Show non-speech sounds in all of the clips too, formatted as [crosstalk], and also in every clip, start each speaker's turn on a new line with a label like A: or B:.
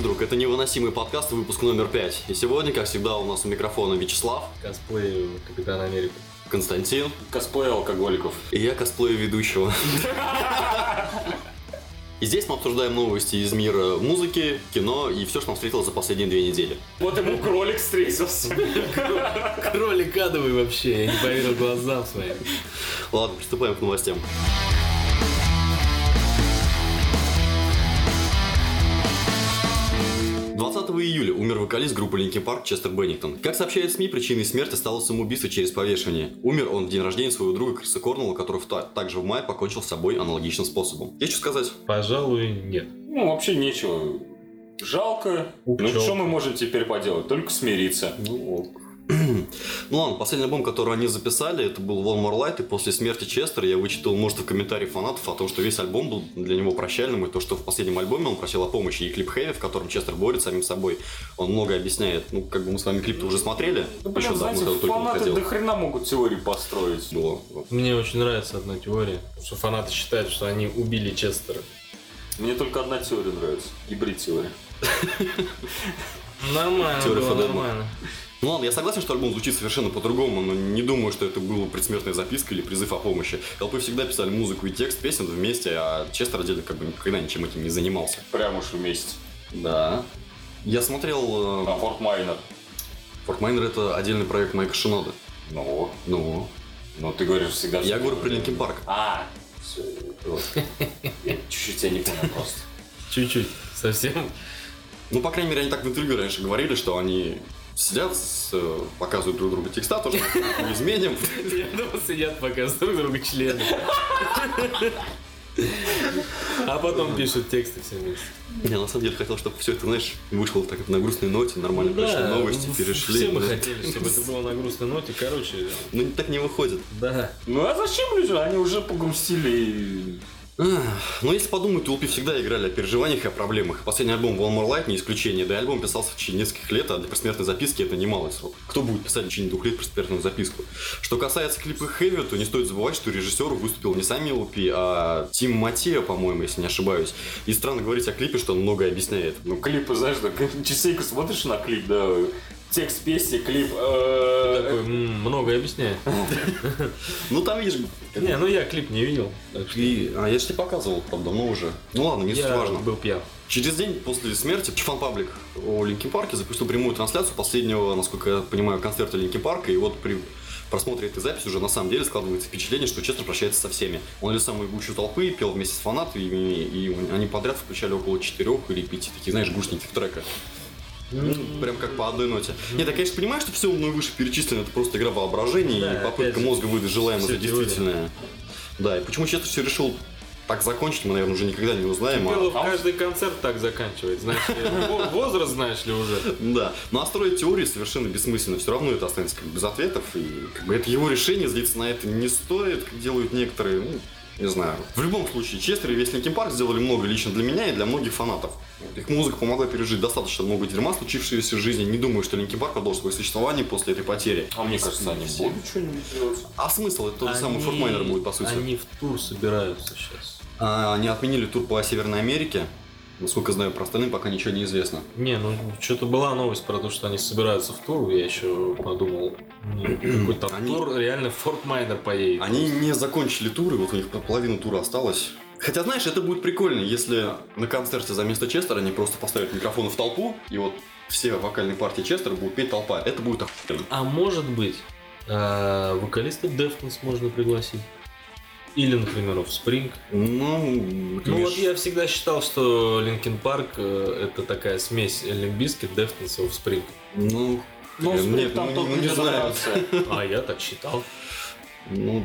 A: друг, это невыносимый подкаст, выпуск номер 5. И сегодня, как всегда, у нас у микрофона Вячеслав,
B: Косплею Капитана Америка.
A: Константин
C: Косплей алкоголиков.
A: и я, косплею ведущего. [laughs] И здесь мы обсуждаем новости из мира музыки, кино и все, что нам встретилось за последние две недели.
C: Вот ему кролик встретился.
B: Кролик адовый вообще, я не поверил глазам своим.
A: Ладно, приступаем к новостям. «20 июля умер вокалист группы Linkin Park Честер Беннингтон. Как сообщает СМИ, причиной смерти стало самоубийство через повешение. Умер он в день рождения своего друга Криса Корнелла, который в та- также в мае покончил с собой аналогичным способом. Есть что сказать?
B: Пожалуй, нет.
C: Ну, вообще нечего. Жалко. Ну,
B: Жалко.
C: что мы можем теперь поделать? Только смириться.
B: Ну,
A: [clears throat] Ну ладно, последний альбом, который они записали, это был One More Light, и после смерти Честера я вычитал множество комментариев фанатов о том, что весь альбом был для него прощальным, и то, что в последнем альбоме он просил о помощи, и клип Хэви, в котором Честер борется с самим собой, он многое объясняет. Ну, как бы мы с вами клип-то уже смотрели,
C: Ну, блин,
A: еще
C: знаете,
A: давно, когда только он
C: фанаты
A: выходил.
C: до хрена могут теории построить.
A: Ну, вот.
B: Мне очень нравится одна теория, что фанаты считают, что они убили Честера.
C: Мне только одна теория нравится. Гибрид-теория.
B: Нормально
A: Теория
B: было,
A: Фадема.
B: нормально.
A: Ну ладно, я согласен, что альбом звучит совершенно по-другому, но не думаю, что это была предсмертная записка или призыв о помощи. Толпы всегда писали музыку и текст песен вместе, а Честер отдельно как бы никогда ничем этим не занимался.
C: Прям уж вместе.
A: Да. Я смотрел... э,
C: А Форт Майнер.
A: Фортмайнер это отдельный проект Майка Шинода.
C: Ну,
A: Ну,
C: ну ты говоришь всегда...
A: я
C: что-
A: говорю про Линкин Парк.
C: А, всё,
A: [laughs]
C: вот. Я чуть-чуть тебя не понял просто.
B: Чуть-чуть, совсем.
A: Ну, по крайней мере, они так в интервью раньше говорили, что они сидят, с, э, показывают друг другу текста, тоже мы
B: [laughs]
A: изменим.
B: Я думал, сидят, показывают друг другу члены. А потом пишут тексты все вместе.
A: Я на самом деле хотел, чтобы все это, знаешь, вышло так на грустной ноте, нормально пришли
B: Да,
A: новости, перешли.
B: Все мы
A: да.
B: хотели, чтобы это было на грустной ноте. Короче,
A: Ну, не- так не выходит.
B: да.
C: Ну а зачем люди? Они уже погрустили и...
A: Ах, Но если подумать, Улпи всегда играли о переживаниях и о проблемах. Последний альбом One More Light не исключение, да и альбом писался в течение нескольких лет, а для предсмертной записки это немалый срок. Кто будет писать в течение двух лет предсмертную записку? Что касается клипа Хэви, то не стоит забывать, что режиссер выступил не сами Улпи, а Тим Матео, по-моему, если не ошибаюсь. И странно говорить о клипе, что он многое объясняет.
C: Ну, клипы, знаешь, так, [laughs] частенько смотришь на клип, да, текст песни, клип, э,
B: Такой, м, многое объясняет.
A: Ну там видишь...
B: Не, ну я клип не видел. так что
A: И- а я же тебе показывал, правда, давно уже. Ну ладно, не суть
B: Я
A: важно.
B: был пьян.
A: Через день после смерти Фан Паблик о Линкин Парке запустил прямую трансляцию последнего, насколько я понимаю, концерта Линкин Парка. И вот при просмотре этой записи уже на самом деле складывается впечатление, что Честер прощается со всеми. Он лез в самую гущу толпы, пел вместе с фанатами, и они подряд включали около четырех или пяти таких, знаешь, гушников трека. Ну, Прям как по одной ноте.
B: ну.
A: Нет, я, конечно, понимаю, что все мной выше перечислено, это просто игра воображения
B: Да,
A: и попытка
B: опять же,
A: мозга выдать желаемое за
B: всё теория.
A: действительное. Да, и почему Честер все решил так закончить, мы, наверное, уже никогда не узнаем. а-
B: Пилов каждый концерт так заканчивает, знаешь ли. Во- Возраст, знаешь ли, уже.
A: Да, но строить теории совершенно бессмысленно. Все равно это останется как бы без ответов. И как бы это его решение, злиться на это не стоит, как делают некоторые, ну, не знаю. В любом случае, Честер и весь Линкин Парк сделали много лично для меня и для многих фанатов. Вот, Их музыка помогла пережить достаточно много дерьма, случившегося в жизни. Не думаю, что Линкин Парк продолжит свое существование после этой потери.
C: а мне кажется, они
A: Все.
C: будут что-нибудь делать.
A: А смысл? Это тот же самый
B: Они-
A: Фортмайнер будет, по сути.
B: Они в тур собираются сейчас.
A: А, они отменили тур по Северной Америке. Насколько знаю, про остальные пока ничего не известно.
B: Не, ну что-то была новость про то, что они собираются в тур. Я еще подумал, ну, какой-то
A: Они-
B: тур реально в Форт Майнер поедет.
A: Они не закончили тур, и вот у них половина тура осталось. Хотя, знаешь, это будет прикольно, если на концерте за место Честера они просто поставят микрофоны в толпу, и вот все вокальные партии Честера будут петь толпа. Это будет охуенно.
B: А может быть, э, вокалиста Дефтонс можно пригласить? Или, например, в Спринг.
A: Ну,
B: Ну вот
A: Миш,
B: я всегда считал, что Линкин Парк э, это такая смесь Олимпийский, Дефтонс и Спринг.
A: ну,
C: Ну,
A: Э,
C: смотри,
A: нет,
C: там
A: ну,
C: только
A: ну, не
C: не
A: знаю.
C: разобраться.
B: А я так считал.
A: ну,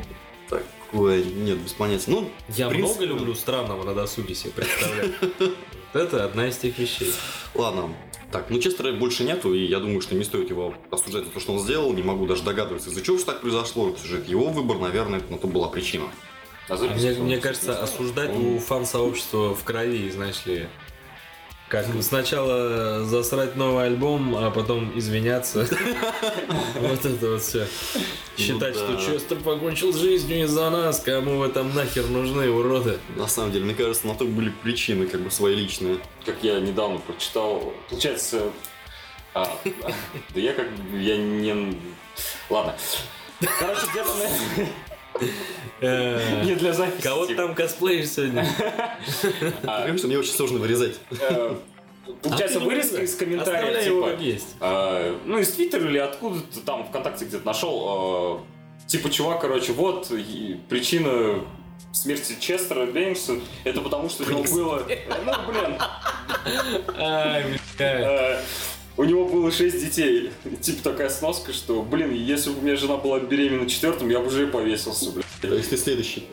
A: такое, нет, без понятия. Ну,
B: Я
A: в принципе,
B: много люблю странного на досуге себе представлять. Вот Это одна из тех вещей.
A: Ладно. Так, ну Честера больше нету, и я думаю, что не стоит его осуждать за то, что он сделал. Не могу даже догадываться, из-за чего же так произошло. Это же его выбор, наверное, на то была причина.
C: А
B: А
C: запись
B: Мне,
C: потом
B: мне
C: запись
B: кажется,
C: не
B: осуждать
A: Он-
B: у фан-сообщества в крови, знаешь ли, Как сначала засрать новый альбом, а потом извиняться. Вот это вот все. Считать,
A: да.
B: что Честер покончил с жизнью из-за нас, кому вы там нахер нужны, уроды.
A: На самом деле, мне кажется, на то были причины, как бы свои личные.
C: как я недавно прочитал, получается, а, [laughs] да я как бы- я не, ладно, короче, где-то на- [laughs]
B: Э,
C: не для записи.
B: Кого ты
C: типа.
B: там косплеишь сегодня?
C: А
A: Ты понимаешь, что мне очень сложно вырезать.
C: Э, Получается,
B: А ты не
C: вырезка из комментариев,
B: Оставляй его как
C: типа,
B: есть.
C: э, ну, из Твиттера или откуда-то там ВКонтакте где-то нашел, э, типа, чувак, короче, вот и причина смерти Честера Беннингса, это потому, что у него было, ну, блин,
B: Ай, бля.
C: Э, У него было шесть детей. И, Типа такая сноска, что, блин, если бы у меня жена была беременна четвертым, я бы уже повесился, блин.
A: То есть ты следующий.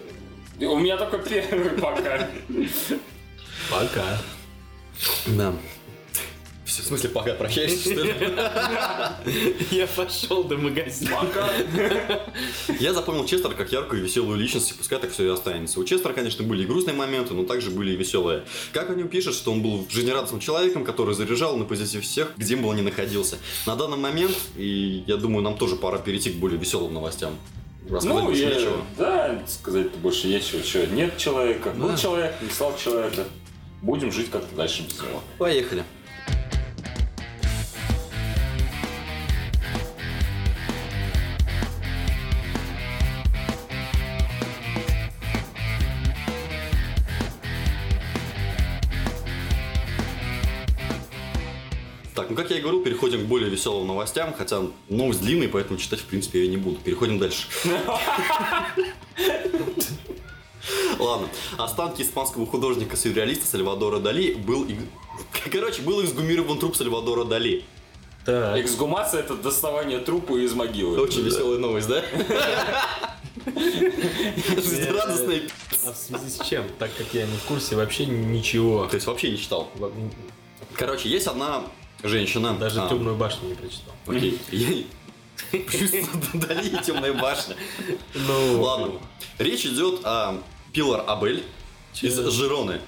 C: И У меня только первый пока.
B: Пока.
A: Да. В смысле, пока прощаешься, что ли?
B: Я пошел до магазина.
C: Пока.
A: Я запомнил Честера как яркую и веселую личность, и пускай так все и останется. У Честера, конечно, были и грустные моменты, но также были и веселые. Как о нем пишет, что он был жизнерадостным человеком, который заряжал на позитив всех, где бы он ни находился. На данный момент, и я думаю, нам тоже пора перейти к более веселым новостям. Рассказать
C: Ну,
A: больше
C: я...
A: нечего.
C: Да, сказать-то больше нечего. Че, нет человека. Был
A: Да.
C: человек, не стал человека. Будем жить как-то дальше без него.
A: Поехали. Так, ну как я и говорил, переходим к более веселым новостям, хотя новость длинная, поэтому читать, в принципе, я ее не буду. Переходим дальше. [laughs] Ладно. Останки испанского художника-сюрреалиста Сальвадора Дали был... иг- [laughs] Короче, был эксгумирован труп Сальвадора Дали.
B: Так.
C: Эксгумация это доставание трупа из могилы.
A: Очень веселая новость, да? Радостная пи***.
B: А в связи с чем? Так как я не в курсе вообще ничего.
A: То есть вообще не читал. Короче, есть одна женщина.
B: Даже
A: а,
B: темную башню не прочитал.
A: Окей. [laughs] Я- Дали и темная башня.
B: Ну,
A: Ладно. Речь идет о Пилар Абель из
B: Чё?
A: Жироны.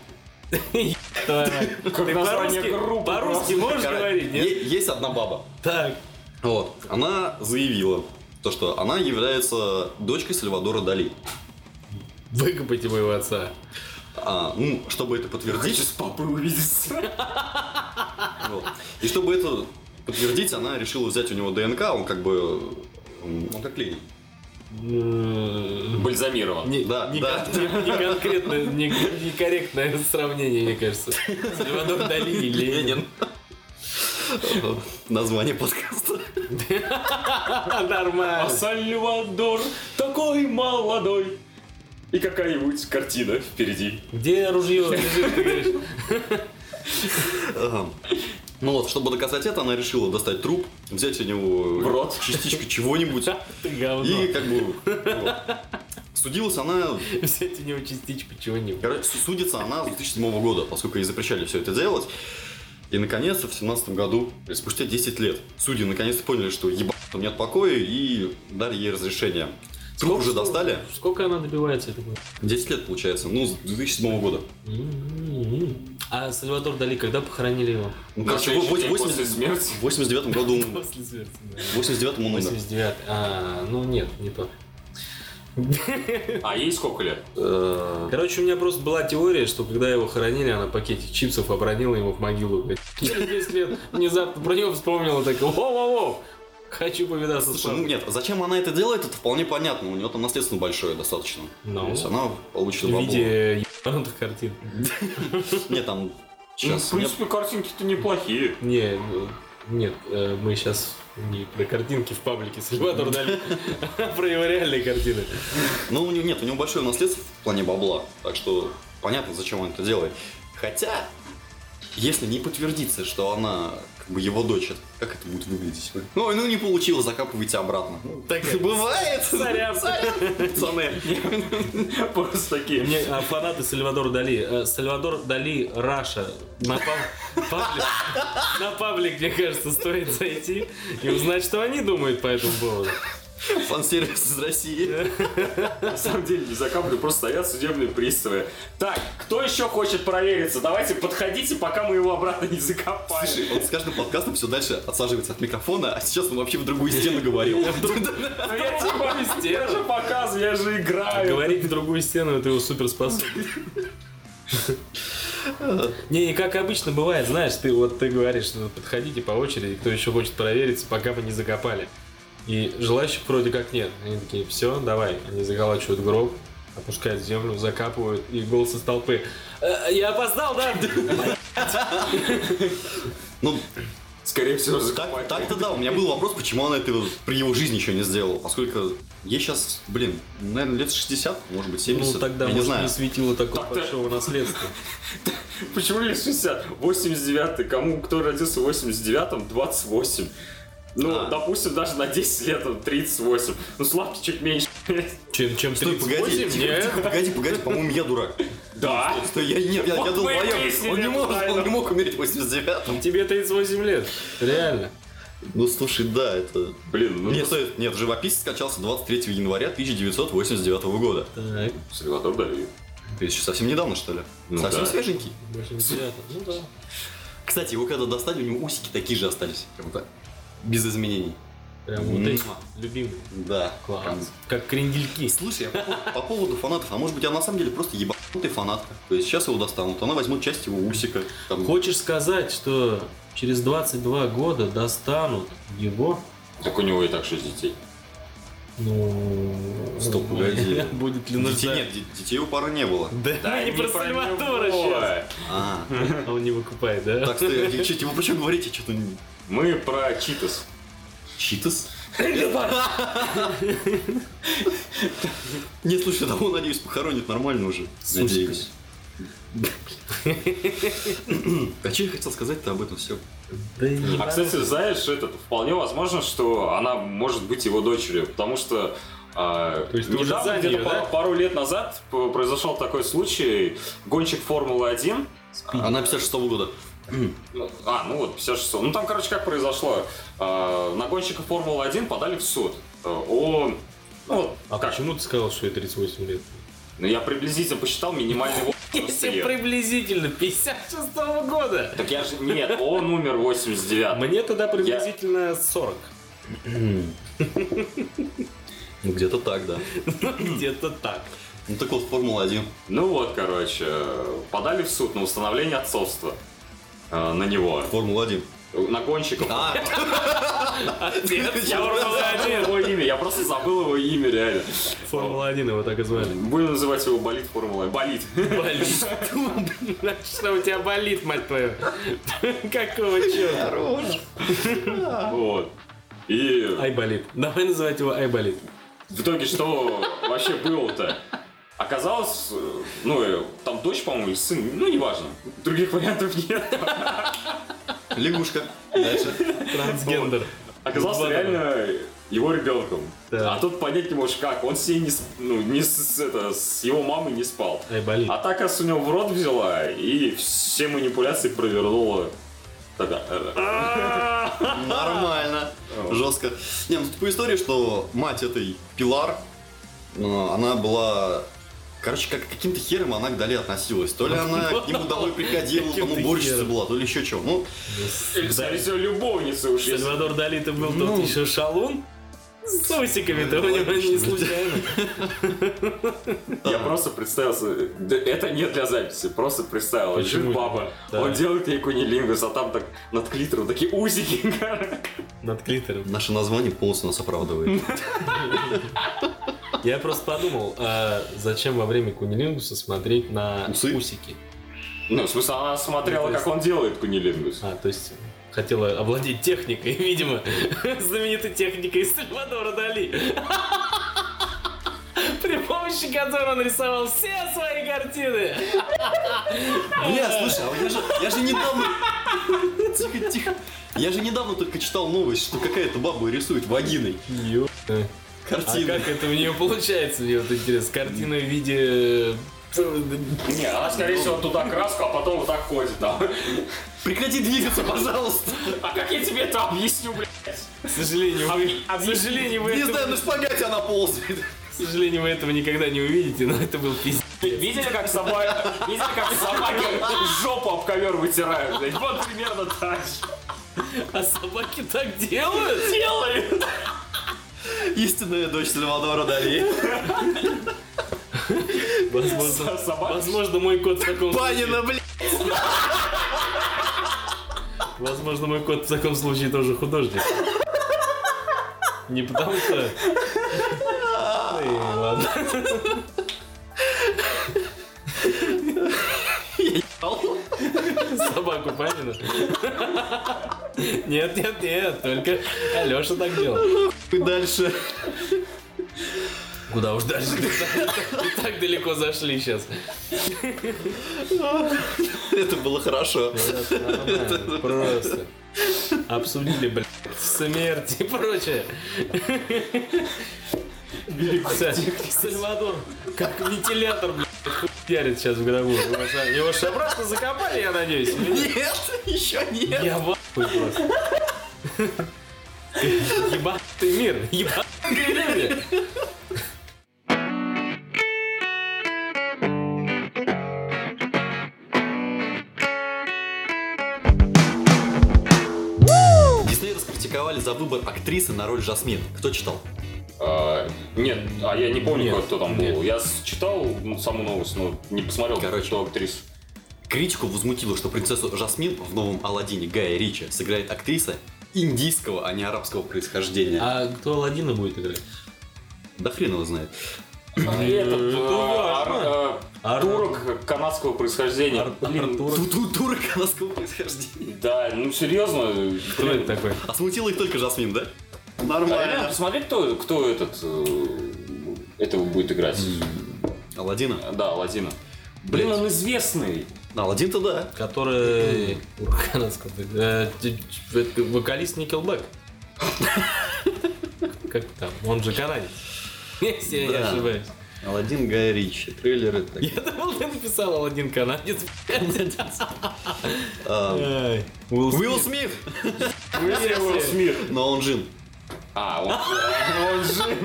B: Как
C: Как название группы.
B: По-русски можешь
A: Кор-
B: говорить, нет?
A: е- Есть одна баба.
B: Так.
A: Вот. Она заявила, то, что она является дочкой Сальвадора Дали.
B: Выкопайте моего отца.
A: А, ну, чтобы это
C: Хочу
A: подтвердить,
C: с папой увидеться.
A: [laughs] вот. и чтобы это подтвердить, она решила взять у него ДНК, он как бы, м, он как Ленин.
B: М,
C: Бальзамирован.
B: Не,
A: Да,
B: не
A: да.
B: кон- не- не конкретное, не- некорректное сравнение, мне кажется. Сальвадор Дали и Ленин.
A: [laughs] Название подкаста.
C: А
B: [laughs] Нормально.
C: Сальвадор такой молодой. И какая-нибудь картина впереди.
B: Где ружье лежит, ты говоришь?
A: Ага. Ну вот, чтобы доказать это, она решила достать труп, взять у него
C: В рот. Ну
A: частичку
C: [laughs]
A: чего-нибудь
B: Ты говно.
A: и как бы... вот. Судилась она
B: Взять у него частичку чего-нибудь.
A: Короче, су- судится она с 2007 года, поскольку ей запрещали все это делать. И, наконец, в 2017 году, э, спустя 10 лет, судьи наконец-то поняли, что ебать, там нет покоя, и дали ей разрешение. Труп уже достали?
B: Сколько она добивается этого?
A: 10 лет, получается, ну, с 2007 года.
B: М-м-м. А Сальвадор Дали когда похоронили его?
A: Ну,
C: На
A: короче,
C: следующий
A: в- в-
C: день после
A: 80
C: смерти.
A: в 89 году он-
B: После смерти, да.
A: в 89 он умер.
B: 89. А, ну нет, не то.
C: А ей сколько лет?
A: Э,
B: Короче, у меня просто была теория, что когда его хоронили, она пакетик чипсов обронила ему в могилу. блядь. Через 10 лет внезапно про него вспомнила, такая, воу-воу-воу, хочу повидаться с
A: Слушай, ну
B: папой.
A: нет, зачем она это делает, это вполне понятно. У нее там наследство большое достаточно.
B: Ну.
A: То есть она получит
B: В
A: бабу.
B: виде ебанутых картин.
A: Нет, там сейчас.
C: ну, в принципе, картинки-то неплохие.
B: Не, ну, нет, э, мы сейчас не про картинки в паблике Сальвадор Дали, а про его реальные картины.
A: Ну, у него нет, у него большое наследство в плане бабла, так что понятно, зачем он это делает. Хотя, если не подтвердится, что она как бы его дочь, это- как это будет выглядеть? Ой, ну не получилось, закапывайте обратно. Ну,
B: Так это-
A: [laughs] бывает!
B: Сорян.
A: пацаны.
C: [laughs] Просто такие.
B: Мне а, фанаты Сальвадора Дали. э, Сальвадор Дали Раша. На, паб- паблик, на паблик, мне кажется, стоит зайти и узнать, что они думают по этому поводу.
A: Фан-сервис из России.
C: На самом деле, не за каплю, просто стоят судебные приставы. Так, кто еще хочет провериться? Давайте подходите, пока мы его обратно не закопаем.
A: Слушай, он с каждым подкастом все дальше отсаживается от микрофона, а сейчас он вообще в другую стену говорил.
C: Ну я типа я же показываю, я же
B: А
C: играю.
B: говорить в другую стену, это его суперспособность. Не, и как обычно бывает, знаешь, ты вот ты говоришь, что подходите по очереди, кто еще хочет провериться, пока мы не закопали. И желающих вроде как нет. Они такие, все, давай. Они заколачивают гроб, опускают землю, закапывают, и голос из толпы. «Э, Я опоздал, да?
A: Ну,
C: Скорее всего,
A: так-
C: закопаем.
A: Ну, так-то да, у меня был вопрос, почему он это при его жизни еще не сделал. Поскольку ей сейчас, блин, наверное, лет 60, может быть, 70.
B: Ну тогда,
A: я не
B: может, не
A: знаю.
B: светило такого
C: Так-то-
B: большого наследства.
C: Почему лишь 60? 89 Кому, кто родился в 89-м, 28. Ну,
A: А.
C: допустим, даже на 10 лет он 38. Ну, Славки чуть меньше.
B: Чем, чем
A: Стой, погоди,
B: 38?
A: тихо,
B: Нет.
A: тихо, погоди, погоди, по-моему, я дурак.
C: Да.
A: Стой, я, нет, я,
C: Вот
A: я
C: мы и
A: долбоёб.
C: выяснили
A: Он не,
C: эту
A: мог, он не
C: тайну.
A: мог умереть в 89-м.
B: Тебе 38 лет. Реально.
A: Ну, слушай, да, это...
C: Блин, ну...
A: Нет, стой, нет, живописец скачался 23 января 1989 года.
B: Так,
C: Сальвадор Дали.
A: Ты еще совсем недавно, что ли?
C: Ну
A: совсем
C: да.
A: свеженький.
B: больше неприятно. Ну да.
A: Кстати, его когда достали, у него усики такие же остались. Прям так. Без изменений.
B: Прям вот
A: М.
B: эти любимые.
A: Да. прям.
B: Класс. Как крендельки.
A: Слушай, а по, пов- по поводу фанатов, а может быть, она на самом деле просто ебанутая фанатка. То есть сейчас его достанут, она возьмет часть его усика. Там,
B: Хочешь сказать, что через 22 года достанут его?
C: Так у него и так 6 детей.
B: Ну...
A: Стоп, погоди.
B: [laughs] Будет ли
A: детей
B: нужда?
A: нет, де- детей у пары не было.
B: Да, мы не про Сальвадора
C: него.
B: сейчас.
A: А,
B: А он не выкупает, да?
A: так стой, а чё- вы про что говорите? Что-то не-
C: Мы про Читас.
A: Читас? Не, слушай, того, надеюсь, похоронят нормально уже.
B: Слушай,
A: Надеюсь. А что я хотел сказать-то об этом все?
B: Да и не
C: А, кстати, знаешь, этот, вполне возможно, что она может быть его дочерью, потому что а,
B: То есть ты уже за
C: недавно,
B: неё,
C: где-то
B: да?
C: пару, пару лет назад п- произошел такой случай, гонщик Формулы-1,
A: Она 56 года.
C: ну, а, ну вот, 56 ну там, короче, как произошло, а, на гонщика Формулы-1 подали в суд э, о, ну вот,
B: А
C: как,
B: почему ты сказал, что ей 38 лет?
C: ну я приблизительно посчитал минимальный
B: [laughs]
C: возраст
B: Если
C: лет.
B: приблизительно 56 года.
C: Так я же, нет, он умер в 89
B: Мне тогда приблизительно [clears throat] 40.
A: Ну, где-то так, да.
B: Где-то так.
A: Ну, так вот, Формула-1.
C: Ну вот, короче, э, подали в суд на установление отцовства э, на него.
A: Формула-1.
C: На гонщиков.
A: А,
C: Я просто забыл его имя, я просто забыл его имя, реально.
B: Формула-1 его так и звали.
C: Будем называть его болит Формула. Болит.
B: Болит. Что у тебя болит, мать твою? Какого черта?
C: Вот. И
B: Айболит. Давай называть его Айболит.
C: в итоге что вообще было-то? Оказалось, э, ну, э, там дочь, по-моему, или сын, ну, неважно. Других вариантов нет.
A: лягушка. Дальше.
B: Трансгендер.
C: Оказался
B: Ладно.
C: реально его ребенком.
B: Да.
C: А тут понять не можешь как. Он с ней не, сп- ну, не с, это, с его мамой не спал.
B: Айболит.
C: А так раз у него в рот взяла и все манипуляции провернула. Тогда, э,
A: Нормально. Жестко. Не, ну, тут по истории, что мать этой Пилар, э, она была... Короче, как каким-то хером она к Дали относилась. То ли она к нему домой приходила, там
B: Каким-то
A: уборщица
B: хером.
A: была, то ли еще чего. Ну,
C: э, скорее всего, любовница уж. если-
B: Сальвадор Дали ты был
A: Ну.
B: тот еще шалун? С усиками-то у него не случайно.
C: Я просто представился. Да, Это не для записи, просто представил.
B: Почему?
C: Жив баба.
B: Да.
C: Он делает ей кунилингус, а там так над клитором такие усики.
B: Над клитором.
A: наше название полностью нас оправдывает.
B: Я просто подумал, а зачем во время кунилингуса смотреть на
A: Усы?
B: усики?
C: [laughs] Ну, в смысле, она смотрела,
B: Ну, то
C: как он делает кунилингус.
B: А, то есть хотела овладеть техникой, [laughs] видимо, знаменитой техникой Сальвадора Дали. [laughs] При помощи которой он рисовал все свои картины.
A: Бля, слушай, а я же, я же [laughs] недавно... Тихо, тихо. Я же недавно только читал новость, что какая-то баба рисует вагиной
B: А
A: картины. А
B: как это у нее получается, мне вот интересно, картины в виде э,
C: Не, она, скорее всего, туда краску, а потом вот так ходит, да.
A: Прекрати двигаться, [laughs] пожалуйста.
C: А как я тебе это объясню, блядь?
B: К сожалению, А вы, к сожалению, вы
A: Не
B: это-
A: знаю, на шпагате она ползает. [laughs]
B: к сожалению, вы этого никогда не увидите, но это был пиздец.
C: Ты Видели, как собаки, видели, как собаки жопу об ковер вытирают, блядь? Вот примерно так же.
B: А собаки так делают?
C: Делают!
A: Истинная дочь Сальвадора Дали.
B: Возможно,
C: Собаки
B: возможно, мой кот в таком
A: Панина, блядь.
B: Возможно, мой кот в таком случае тоже художник. Не потому что... Ну и ладно. Собаку Панина. Нет, нет, нет, только Алёша так делал.
A: И дальше. [laughs]
B: Куда уж дальше? И так далеко зашли сейчас.
A: Это было хорошо.
B: Просто. Обсудили, блядь, смерть и прочее. Са- Сальвадор, как вентилятор, блядь, хуярит сейчас в гробу. Его ша- Его же обратно закопали, я надеюсь. или нет?
A: Нет, еще нет.
B: Я в ахуе просто. Ебатый мир, ебатые люди.
A: Дисней раскритиковали за выбор актрисы на роль Жасмин. Кто читал?
C: А, Нет, а я не помню,
B: Нет,
C: кто там
B: нет.
C: был. Я с- читал ну, саму новость, но не посмотрел,
A: Короче.
C: кто актриса.
A: Критику возмутило, что принцессу Жасмин в новом Алладине Гая Ричи сыграет актриса индийского, а не арабского происхождения.
B: А кто Аладдина будет играть?
A: Да хрен его знает.
C: А Этот
B: это
C: а,
B: важно.
C: ар- э,
B: Ар-
C: турок канадского происхождения.
B: Ар-
C: Блин,
B: Артур.
A: Тут тут турок арабского происхождения.
C: Да, ну серьезно.
B: Кто это такой?
A: А смутила их только Жасмин, да?
C: А, Реально, посмотри, кто, кто этот э, этого будет играть.
A: Алладина.
C: Да, Лазина. Блин,
A: Блядь.
C: он известный.
A: Алладин-то да.
B: Который... Канадского. э, т- т- это Вокалист Никелбэк. Как там? Он же канадец. Если я не
A: Да.
B: ошибаюсь.
A: Алладин Гая Ричи. Трейлеры. так.
B: Я думал, ты написал один канадец. [laughs]
A: А,
B: Ай, Уилл Смит.
A: Уилл Смит!
C: Уилл Смит.
A: Но он джин.
C: А, он, он же.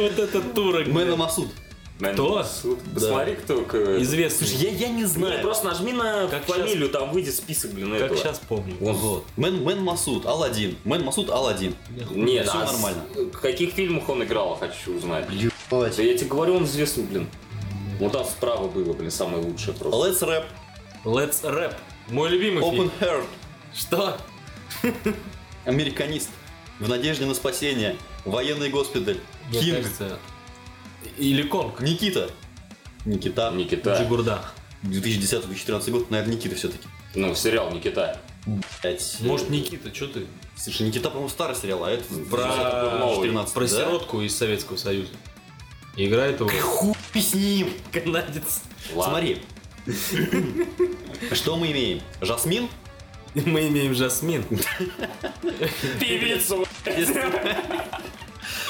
B: Вот этот турок.
A: Мэна Масуд.
B: Кто?
C: Суд. Посмотри, кто. к- э,
B: Известный.
A: я, я не
C: Не, просто нажми на
B: Как
C: фамилию, там выйдет список, блин,
B: Как
C: этого.
B: сейчас помню.
A: Вот. Мэн, Мэн Масуд, Алладин. Мэн Масуд, Алладин.
C: Нет,
A: Всё
C: а с-
A: нормально.
C: В каких фильмах он играл, хочу узнать. Да я тебе говорю, он известный, блин. Вот там справа было, блин, самое лучшее просто.
A: Let's rap.
B: Let's Rap. Мой любимый
A: Open
B: фильм.
A: Heart.
B: Что?
A: Американист. В надежде на спасение. Военный госпиталь.
B: Мне
A: Кинг.
B: кажется, Или Конг.
A: Никита. Никита.
C: Никита.
B: Джигурда.
A: 2010-2014 год. Наверное, Никита все-таки.
C: Ну, сериал Никита.
B: Может, Никита, что ты?
A: Слушай, Никита, по-моему, старый сериал, а это
C: Про-
A: новый, 14
B: Про
A: да?
B: сиротку из Советского Союза. Играет его
A: Хуй с ним.
B: канадец.
C: Ладно.
A: Смотри. [laughs] Что мы имеем? Жасмин?
B: Мы имеем Жасмин.
C: Певицу.
B: Да,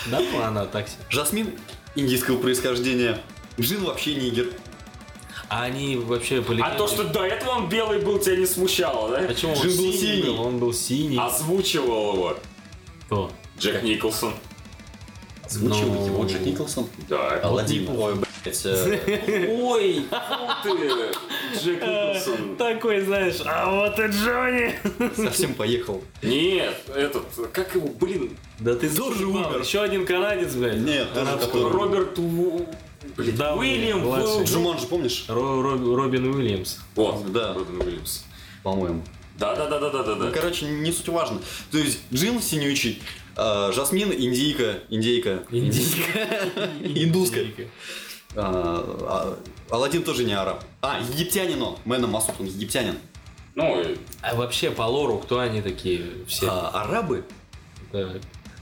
B: ну, она такси.
A: Жасмин индийского происхождения. Джин вообще нигер.
B: А они вообще были...
C: А то, что до этого он белый был, тебя не смущало, да?
B: Почему он
A: Джин был
B: синий,
A: синий.
B: был? Он был синий.
C: А Озвучивал его
B: Кто?
C: Джек Николсон.
A: Озвучил
B: Ну.
A: его Типа Джек Николсон.
C: Да.
A: Алладин. Ой, блядь. [laughs] э,
C: Ой, фу ты, Джек Николсон.
B: Такой, знаешь, а вот и Джонни.
A: Совсем поехал.
C: Нет, этот, как его, блин,
B: Да ты
A: Тоже
B: заебал.
A: умер.
B: Еще один канадец, блядь.
A: Нет, тоже который...
C: Роберт Уу- блин,
B: Да,
C: Уильям.
B: младший.
C: Уилл-
A: Джуманджи, помнишь?
B: Ро- Ро- Робин Уильямс.
C: Вот,
A: Да.
C: Робин Уильямс.
A: По-моему.
C: Да, да, да, да, да, да,
A: Ну,
C: да.
A: короче, не суть важно. То есть Джин синючий, а, Жасмин индейка, индейка, [laughs]
B: Индийка.
A: Индуска. А, а, Аладдин тоже не араб. А, египтянин он. Мэна Масуд, он египтянин.
C: Ну, э,
B: А вообще по лору кто они такие все?
A: А, арабы?
B: Да.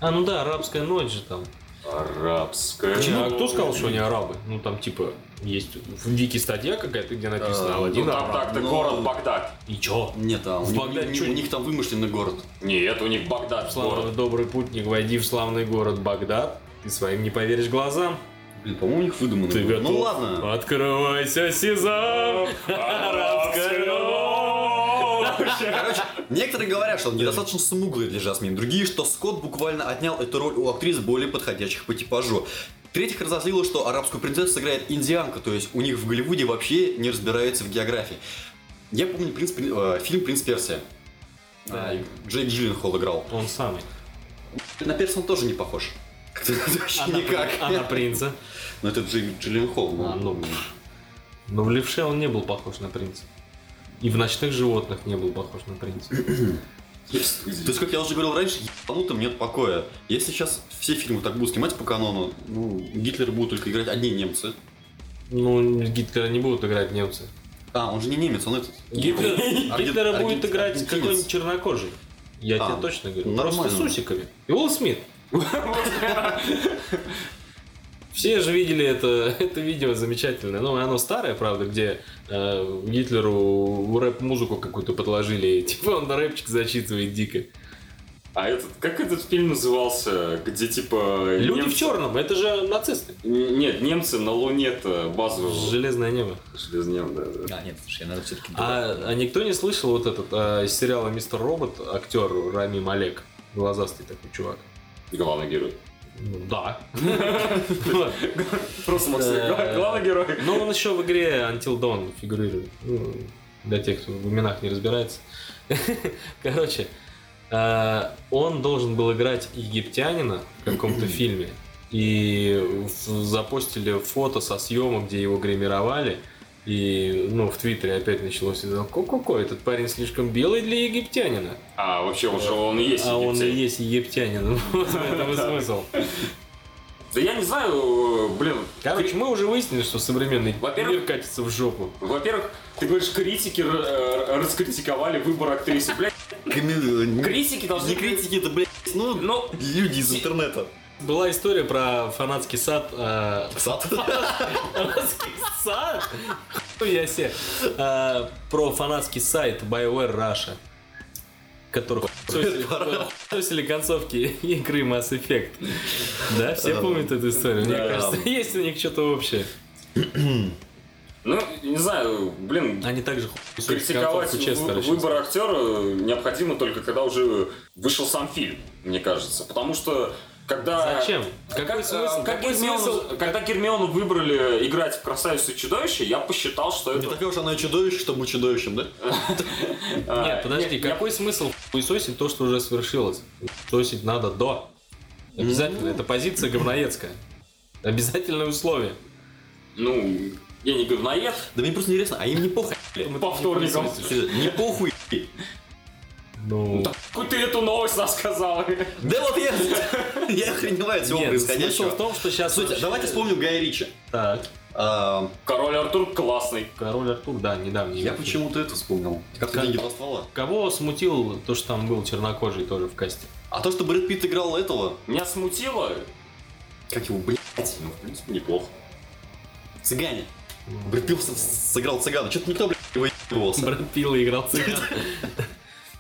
B: А, ну да, арабская ночь же там.
C: арабская.
B: А кто сказал, что они арабы? Ну там типа есть в Вики статья какая-то, где написано
A: А,
C: Ну,
B: Аладдин
C: там
B: араб.
C: так-то
A: но-
C: город Багдад.
B: И чё?
A: Нет, а у,
B: В
A: них-
B: Багдаде
A: у
B: чё?
A: них- у них там вымышленный город.
C: Нет, у них Багдад город.
B: Слава, добрый путник, войди в славный город Багдад, и своим не поверишь глазам.
A: Блин, по-моему, у них выдуманный
B: Ты
A: был.
B: готов?
A: Ну ладно.
B: Открывайся, сезам!
A: Короче, некоторые говорят, что он недостаточно смуглый для Жасмин. Другие, что Скотт буквально отнял эту роль у актрис более подходящих по типажу. Третьих разозлило, что арабскую принцессу сыграет индианка, то есть у них в Голливуде вообще не разбирается в географии. Я помню принц, Пер- э, фильм «Принц Персия».
B: Да.
A: А, Джейк Джилленхол играл.
B: Он самый.
A: На Перса он тоже не похож. [laughs] Как-то Вообще
B: Она,
A: никак.
B: Она А принца.
A: Но это Джейк Джилленхол. ну,
B: А, ну. Но Ну, в левше он не был похож на принца. И в ночных животных не был похож на принца.
A: То есть, как я уже говорил раньше, ебанутым нет покоя. Если сейчас все фильмы так будут снимать по канону, ну, Гитлер будет только играть одни немцы.
B: Ну, Гитлера не будут играть немцы.
A: А, он же не немец, он этот.
B: Гитлер, [laughs]
A: Арген-
B: Гитлера
A: арген-
B: будет играть
A: аргентинец.
B: какой-нибудь чернокожий. Я
A: А,
B: тебе точно говорю. Просто с
A: нормально.
B: усиками. И Уилл Смит. [laughs] Все же видели это, [laughs] это видео замечательное. Ну, оно старое, правда, где э, Гитлеру рэп-музыку какую-то подложили. И, [laughs] типа он рэпчик зачитывает дико.
C: А этот, как этот фильм назывался, где типа...
B: Люди
C: немцы-
B: в черном, это же нацисты.
C: Н- Нет, немцы на Луне-то базу...
B: Железное небо.
C: Железнем, да, да.
A: А, нет, слушай, надо все-таки...
B: А, а никто не слышал вот этот а, из сериала Мистер Робот актер Рами Малек. Глазастый такой чувак.
C: Главный герой.
B: Ну, да.
C: Просто Макс,
B: Да.
C: главный герой.
B: [laughs] Но он еще в игре Until Dawn фигурирует. Ну, Для тех, кто в именах не разбирается. [laughs] Короче, э, он должен был играть египтянина в [clears throat] каком-то фильме. И в- запостили фото со съемок, где его гримировали. И, ну, в Твиттере опять началось это. Ко-ко-ко, этот парень слишком белый для египтянина.
C: А вообще он же он и есть.
B: А он и
C: египтянин.
B: есть египтянин. [laughs] Вот в этом и смысл.
C: Да я не знаю, э, блин.
B: Короче, мы уже выяснили, что современный
C: Во-первых-
B: мир катится в жопу.
C: Во-первых, ты говоришь, критики р- э, раскритиковали выбор актрисы. Блядь, критики должны...
A: Не критики, это, блядь, ну,
C: Ну,
A: люди из интернета.
B: Была история про фанатский сад. э,
A: Сад.
B: Фанатский сад? Хуй Я се. Э, Про фанатский сайт BioWare Russia. Которых сосили концовки игры Mass Effect. Да, все
A: Да.
B: помнят эту историю. Мне
C: Да.
B: кажется, есть у них что-то общее.
C: ну, не знаю, блин,
B: Они также хуй сосят
C: критиковать
B: концовку
C: вы-
B: Честера сейчас.
C: выбор актера необходимо только когда уже вышел сам фильм, мне кажется. Потому что когда...
B: Зачем?
C: Как-
B: Какой
C: э,
B: смысл?
C: как
B: Какой
C: Гермиону-
B: смысл?
C: Когда Гермиону выбрали играть в «Красавицу и чудовище», я посчитал, что
A: Не
C: это...
A: такое уж оно и чудовище, чтобы быть чудовищем, да?
C: а,
B: Нет, подожди, какой смысл хуесосить то, что уже свершилось? Сосить надо до. Обязательно. Это позиция говноедская. Обязательное условие.
C: Ну, я не говноед.
A: Да мне просто интересно, а им не похуй, блядь.
C: По вторникам.
A: Серьезно, Не похуй, блядь.
B: Ну,
C: Какую ты эту новость нам сказал?
A: Да вот я... Я охреневаю от всего
B: нет, смысл в
A: происходящего.
B: том, что сейчас...
A: Слушайте, давайте вспомним Гая Ричи.
B: Так,
A: А,
C: Король Артур классный.
B: Король Артур, да, недавний.
A: Я
B: фильм.
A: почему-то это вспомнил. Как
B: Как?
A: деньги два ствола.
B: Кого смутил то, что там был чернокожий тоже в касте?
A: А то, что Брэд Питт играл этого,
C: Меня смутило.
A: как его, блядь,
C: Ну, в принципе, неплохо.
A: цыгане. Брэд Питт с- сыграл цыгана. Что-то никто, блядь, его ебывался.
B: Брэд Пилл играл цыган. [laughs]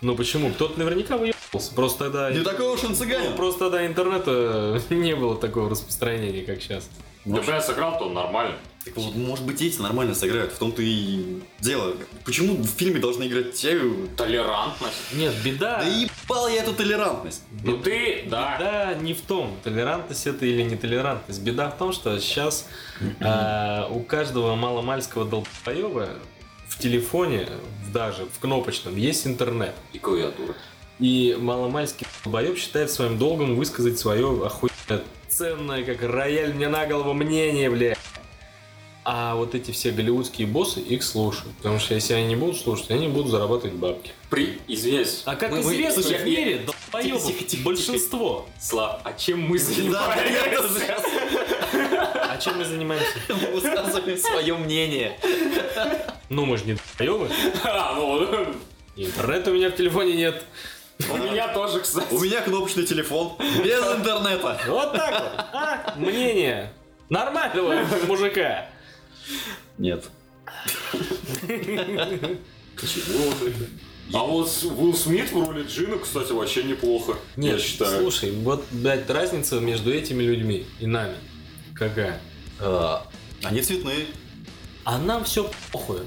B: Ну почему? Кто-то наверняка выебался. Просто тогда...
A: Не такой уж он
B: Ну,
A: цыганин.
B: Просто тогда интернета [laughs] не было такого распространения, как сейчас.
C: Я, бля, сыграл, то нормально.
A: Так вот, может быть, эти нормально сыграют. В том-то и дело. Почему в фильме должны играть те...
C: Толерантность.
B: Нет, беда...
A: Да ебал я эту
B: [laughs]
A: толерантность.
C: Ну ты, да.
B: Беда не в том, толерантность это или нетолерантность. Беда в том, что сейчас э, у каждого маломальского долбоеба в телефоне, в- даже в кнопочном, есть интернет.
C: И клавиатура.
B: И маломальский долбоеб считает своим долгом высказать свое охуенно ценное, как рояль мне на голову мнение, бля. А вот эти все голливудские боссы их слушают. Потому что если они не будут слушать, они будут зарабатывать бабки.
C: При... Извиняюсь.
B: А как
C: Мы- мы-
B: известно,
C: слушай,
B: в
C: я-
B: мире
A: Тихо, тихо,
B: долбоебов
A: тихо,
B: большинство.
C: Слав, а чем мы
A: Да, я тоже
C: занимаемся?
B: [laughs]
A: сейчас
B: А чем мы занимаемся?
A: высказываю свое мнение.
B: Ну, мы же не долбоебы.
C: А, ну,
B: Интернета у меня в телефоне нет.
C: у меня тоже, кстати.
A: У меня кнопочный телефон.
B: [laughs]
A: Без интернета.
B: Вот так вот. А? Мнение нормального мужика.
A: Нет.
C: А вот С- Уилл Смит в роли Джина, кстати, вообще неплохо.
B: Нет,
C: я считаю.
B: слушай, вот, блядь, разница между этими людьми и нами. Какая? э,
A: А, Они цветные.
B: а нам все похуй.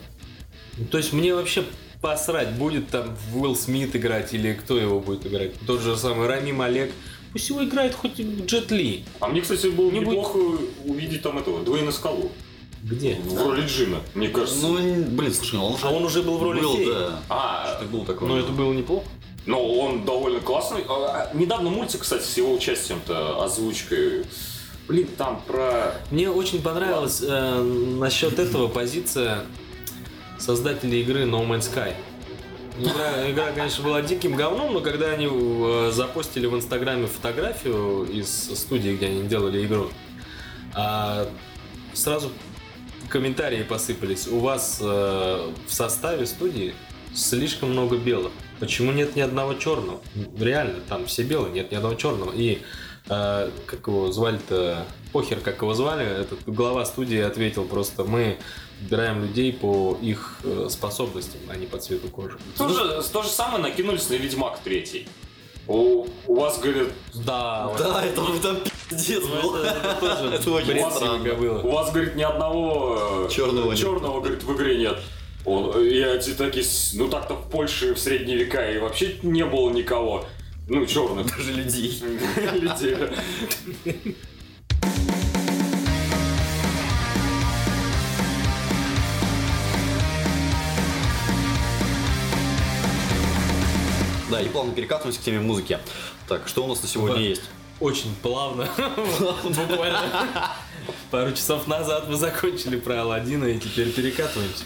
B: Ну, То есть мне вообще посрать, будет там Уилл Смит играть или кто его будет играть. Тот же самый Рамим Олег. Пусть его играет хоть Джет Ли.
C: А мне, кстати, было
B: Не будет.
C: неплохо увидеть там этого, Дуэйна Скалу.
B: Где?
C: В роли Джина, мне кажется.
A: Ну, н- блин, слушай, ну он уже
B: А он уже был в роли
A: был,
B: феи. Ну,
A: да.
C: а,
A: Что-то было такое.
B: Но это было неплохо.
C: но он довольно классный. А, а, недавно мультик, кстати, с его участием-то, озвучкой. Блин, там про...
B: Мне очень понравилась э, насчет этого позиция создателей игры No Man's Sky. Игра, игра, конечно, была диким говном, но когда они э, запостили в Инстаграме фотографию из студии, где они делали игру, а, сразу комментарии посыпались. У вас э, в составе студии слишком много белых. Почему нет ни одного черного? Реально, там все белые, нет ни одного черного. И э, как его звали-то? Похер, как его звали, этот глава студии ответил просто, мы выбираем людей по их э, способностям, а не по цвету кожи.
C: То же, то же самое накинулись на Ведьмак третий. У, у вас, говорят,
B: Да, вот.
A: Да, это уже там пиздец
B: Ну,
A: был.
B: это, это тоже
A: Это очень
B: бред
A: странно.
B: говыло.
C: у вас, говорит, ни одного э,
A: Чёрного нет.
C: черного, говорит, в игре нет. Он, я те такие, с- ну так-то в Польше в средние века и вообще не было никого. Ну, черных
A: Даже людей.
C: [laughs] людей.
A: Да, и плавно перекатываемся к теме музыки. Так, что у нас на сегодня
B: Да.
A: есть?
B: Очень плавно. [laughs] Буквально. Пару часов назад мы закончили про Алладина и теперь перекатываемся.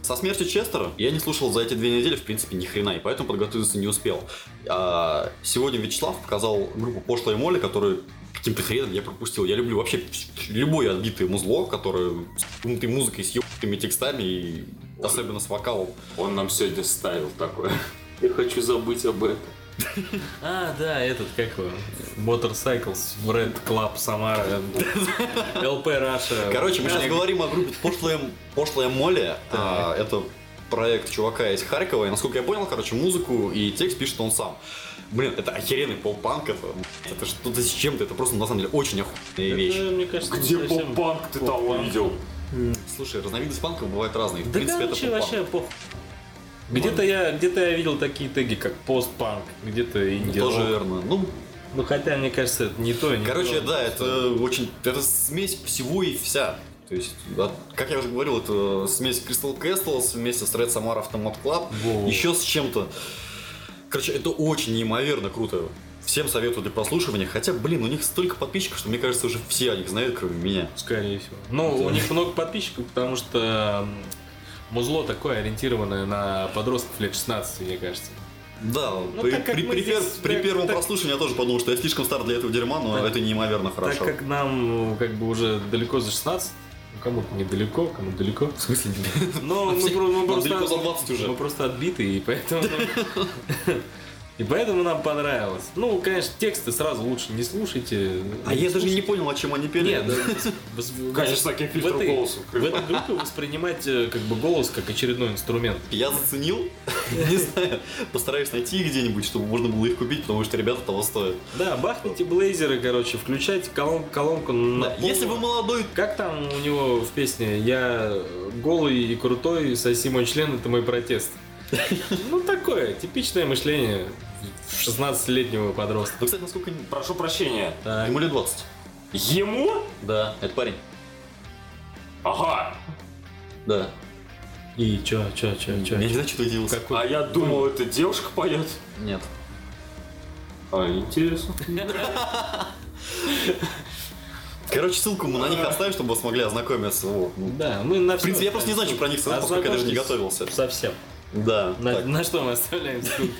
A: Со смертью Честера я не слушал за эти две недели, в принципе, ни хрена, и поэтому подготовиться не успел. А, сегодня Вячеслав показал группу Пошлая Молли, которую каким-то хреном я пропустил. Я люблю вообще любое отбитое музло, которое с ебнутой музыкой, с ебнутыми текстами, и особенно с вокалом.
C: Он нам сегодня ставил такое. Я хочу забыть об этом.
B: А, да, этот, как его? Motorcycles, Red Club, Самара, ЛП Раша.
A: Короче, мы сейчас говорим о группе Пошлая, Пошлая Молли. А, это проект чувака из Харькова. И, насколько я понял, короче, музыку и текст пишет он сам. Блин, это охеренный поп-панк. Это, это что-то с чем-то. Это просто, на самом деле, очень охуенная вещь.
B: Это, Мне кажется,
C: Где
B: не совсем-
C: поп-панк ты там увидел?
A: Слушай, разновидность панков бывает разные. В
B: Да
A: принципе,
B: короче,
A: это
B: вообще похуй. Где-то я, где-то я видел такие теги, как постпанк, где-то инди
A: Тоже верно. Ну,
B: Ну хотя, мне кажется, это не то и не
A: короче,
B: то.
A: да, это очень... Это смесь всего и вся. То есть, от- как я уже говорил, это смесь Crystal Castles вместе с Red Samar Automat Club,
B: Во.
A: еще с чем-то. Короче, это очень неимоверно круто. Всем советую для прослушивания. Хотя, блин, у них столько подписчиков, что мне кажется, уже все о них знают, кроме меня.
B: Скорее всего. Ну, у них много подписчиков, потому что м, музло такое ориентированное на подростков лет 16, мне кажется.
A: Да,
B: Ну,
A: при,
B: так как
A: при-
B: мы
A: при пер-
B: здесь,
A: при
B: так-
A: первом
B: так-
A: прослушивании я тоже подумал, что я слишком стар для этого дерьма, но
B: Так-
A: это неимоверно хорошо.
B: Так как нам ну, как бы уже далеко за 16, ну, кому-то недалеко, кому-то далеко.
A: В смысле?
B: Но Ну, [laughs] мы,
A: Всем-
B: про- мы
A: нам далеко за
B: просто,
A: 20 уже.
B: мы просто отбитые, и поэтому... нам- [laughs] И поэтому нам понравилось. Ну, конечно, тексты сразу лучше не слушайте.
A: А я даже не понял, о чем они пели.
B: Нет, да,
C: Конечно, таким фильтром
B: этой-
C: голоса.
B: В этой группе воспринимать э, как бы голос как очередной инструмент.
A: Я заценил, [laughs] не знаю, постараюсь найти их где-нибудь, чтобы можно было их купить, потому что ребята того стоят.
B: Да, бахните блейзеры, короче, включайте колон- колонку на
A: Да,
B: полную.
A: Если вы молодой,
B: Как там у него в песне «Я голый и крутой, соси мой член, это
A: [laughs]
B: мой протест». Ну, такое, типичное мышление 16-летнего подростка.
A: ну, кстати, насколько не-
C: Прошу прощения.
B: Так,
A: А, ему лет 20.
C: Ему?
A: Да, это парень.
C: Ага.
A: Да.
B: и чё, чё, чё, чё?
A: Я не знаю, что ты удивился.
B: Какой?
C: А я думал, это девушка поет.
A: Нет.
C: А, интересно.
A: Короче, ссылку мы на них оставим, чтобы вы смогли ознакомиться. Вот. Ну,
B: Да, мы на
A: В принципе, я просто не знаю, что про них сказать, поскольку я даже не готовился.
B: Совсем.
A: Да.
B: На,
A: Так,
B: на что мы оставляем ссылки?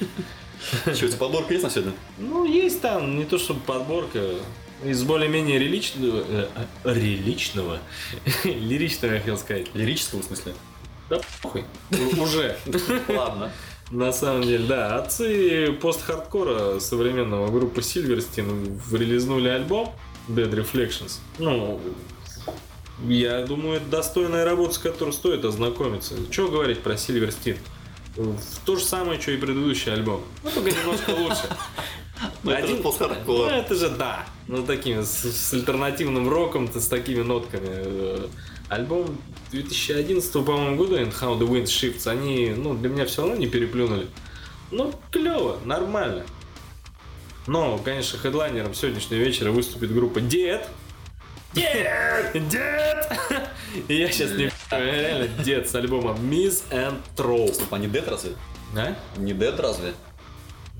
A: что, у тебя подборка есть на сегодня?
B: Ну, есть там, не то чтобы подборка, из более-менее реличного... э, э, реличного? [laughs] Лиричного, я хотел сказать.
A: Лирического, в смысле?
B: Да похуй. Уже.
A: Ладно.
B: На самом деле, да. Отцы пост-хардкора современного группы Silverstein в- релизнули альбом Dead Reflections. Ну, я думаю, это достойная работа, с которой стоит ознакомиться. Чего говорить про Silverstein? Э, То же самое, что и предыдущий альбом. Ну, только немножко лучше.
A: Ну, это же
B: Ну,
A: постхардкор.
B: это же да. Ну, таким, с, с альтернативным роком, то с такими нотками. Э, Альбом 2011, по-моему, года, And How the Wind Shifts, они, ну, для меня все равно не переплюнули. Ну, клево, нормально. Но, конечно, хедлайнером сегодняшнего вечера выступит группа Дед. Дед! Дед! И я сейчас не понимаю, реально Дед с альбомом Miss and Troll.
A: Стоп, а не Дед разве?
B: Да?
A: Не Дед разве?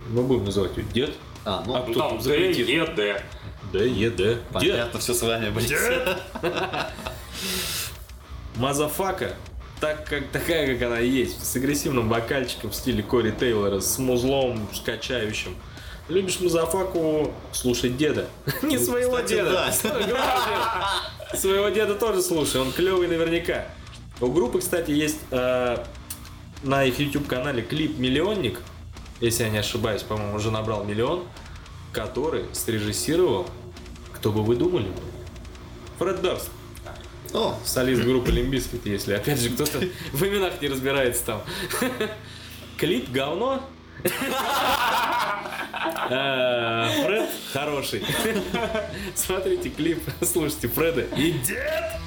B: Мы будем называть ее Дед.
A: А, ну,
B: А
C: Ну,
B: кто
C: там Д,
B: запретит?
C: Е, Д.
B: Д, Е, Д.
A: А
B: Дед.
A: понятно, все с вами, блин.
B: Мазафака, так как такая, как она есть, с агрессивным вокальчиком в стиле Кори Тейлора, с музлом, с качающим. Любишь мазафаку, слушай
A: [laughs]
B: деда. Не своего
A: кстати,
B: деда. [laughs]
A: да.
B: Стой, главное, Своего деда тоже слушай, он клевый наверняка. У группы, кстати, есть э, на их YouTube канале клип Миллионник, если я не ошибаюсь, по-моему, уже набрал миллион, который срежиссировал, кто бы вы думали, Фред Дорст.
A: О,
B: Солист группы Лимбискет, если опять же кто-то в именах не разбирается там. [laughs] Клип говно. [laughs] Э, [laughs] Фред хороший. Смотрите клип, слушайте Фреда. И дед!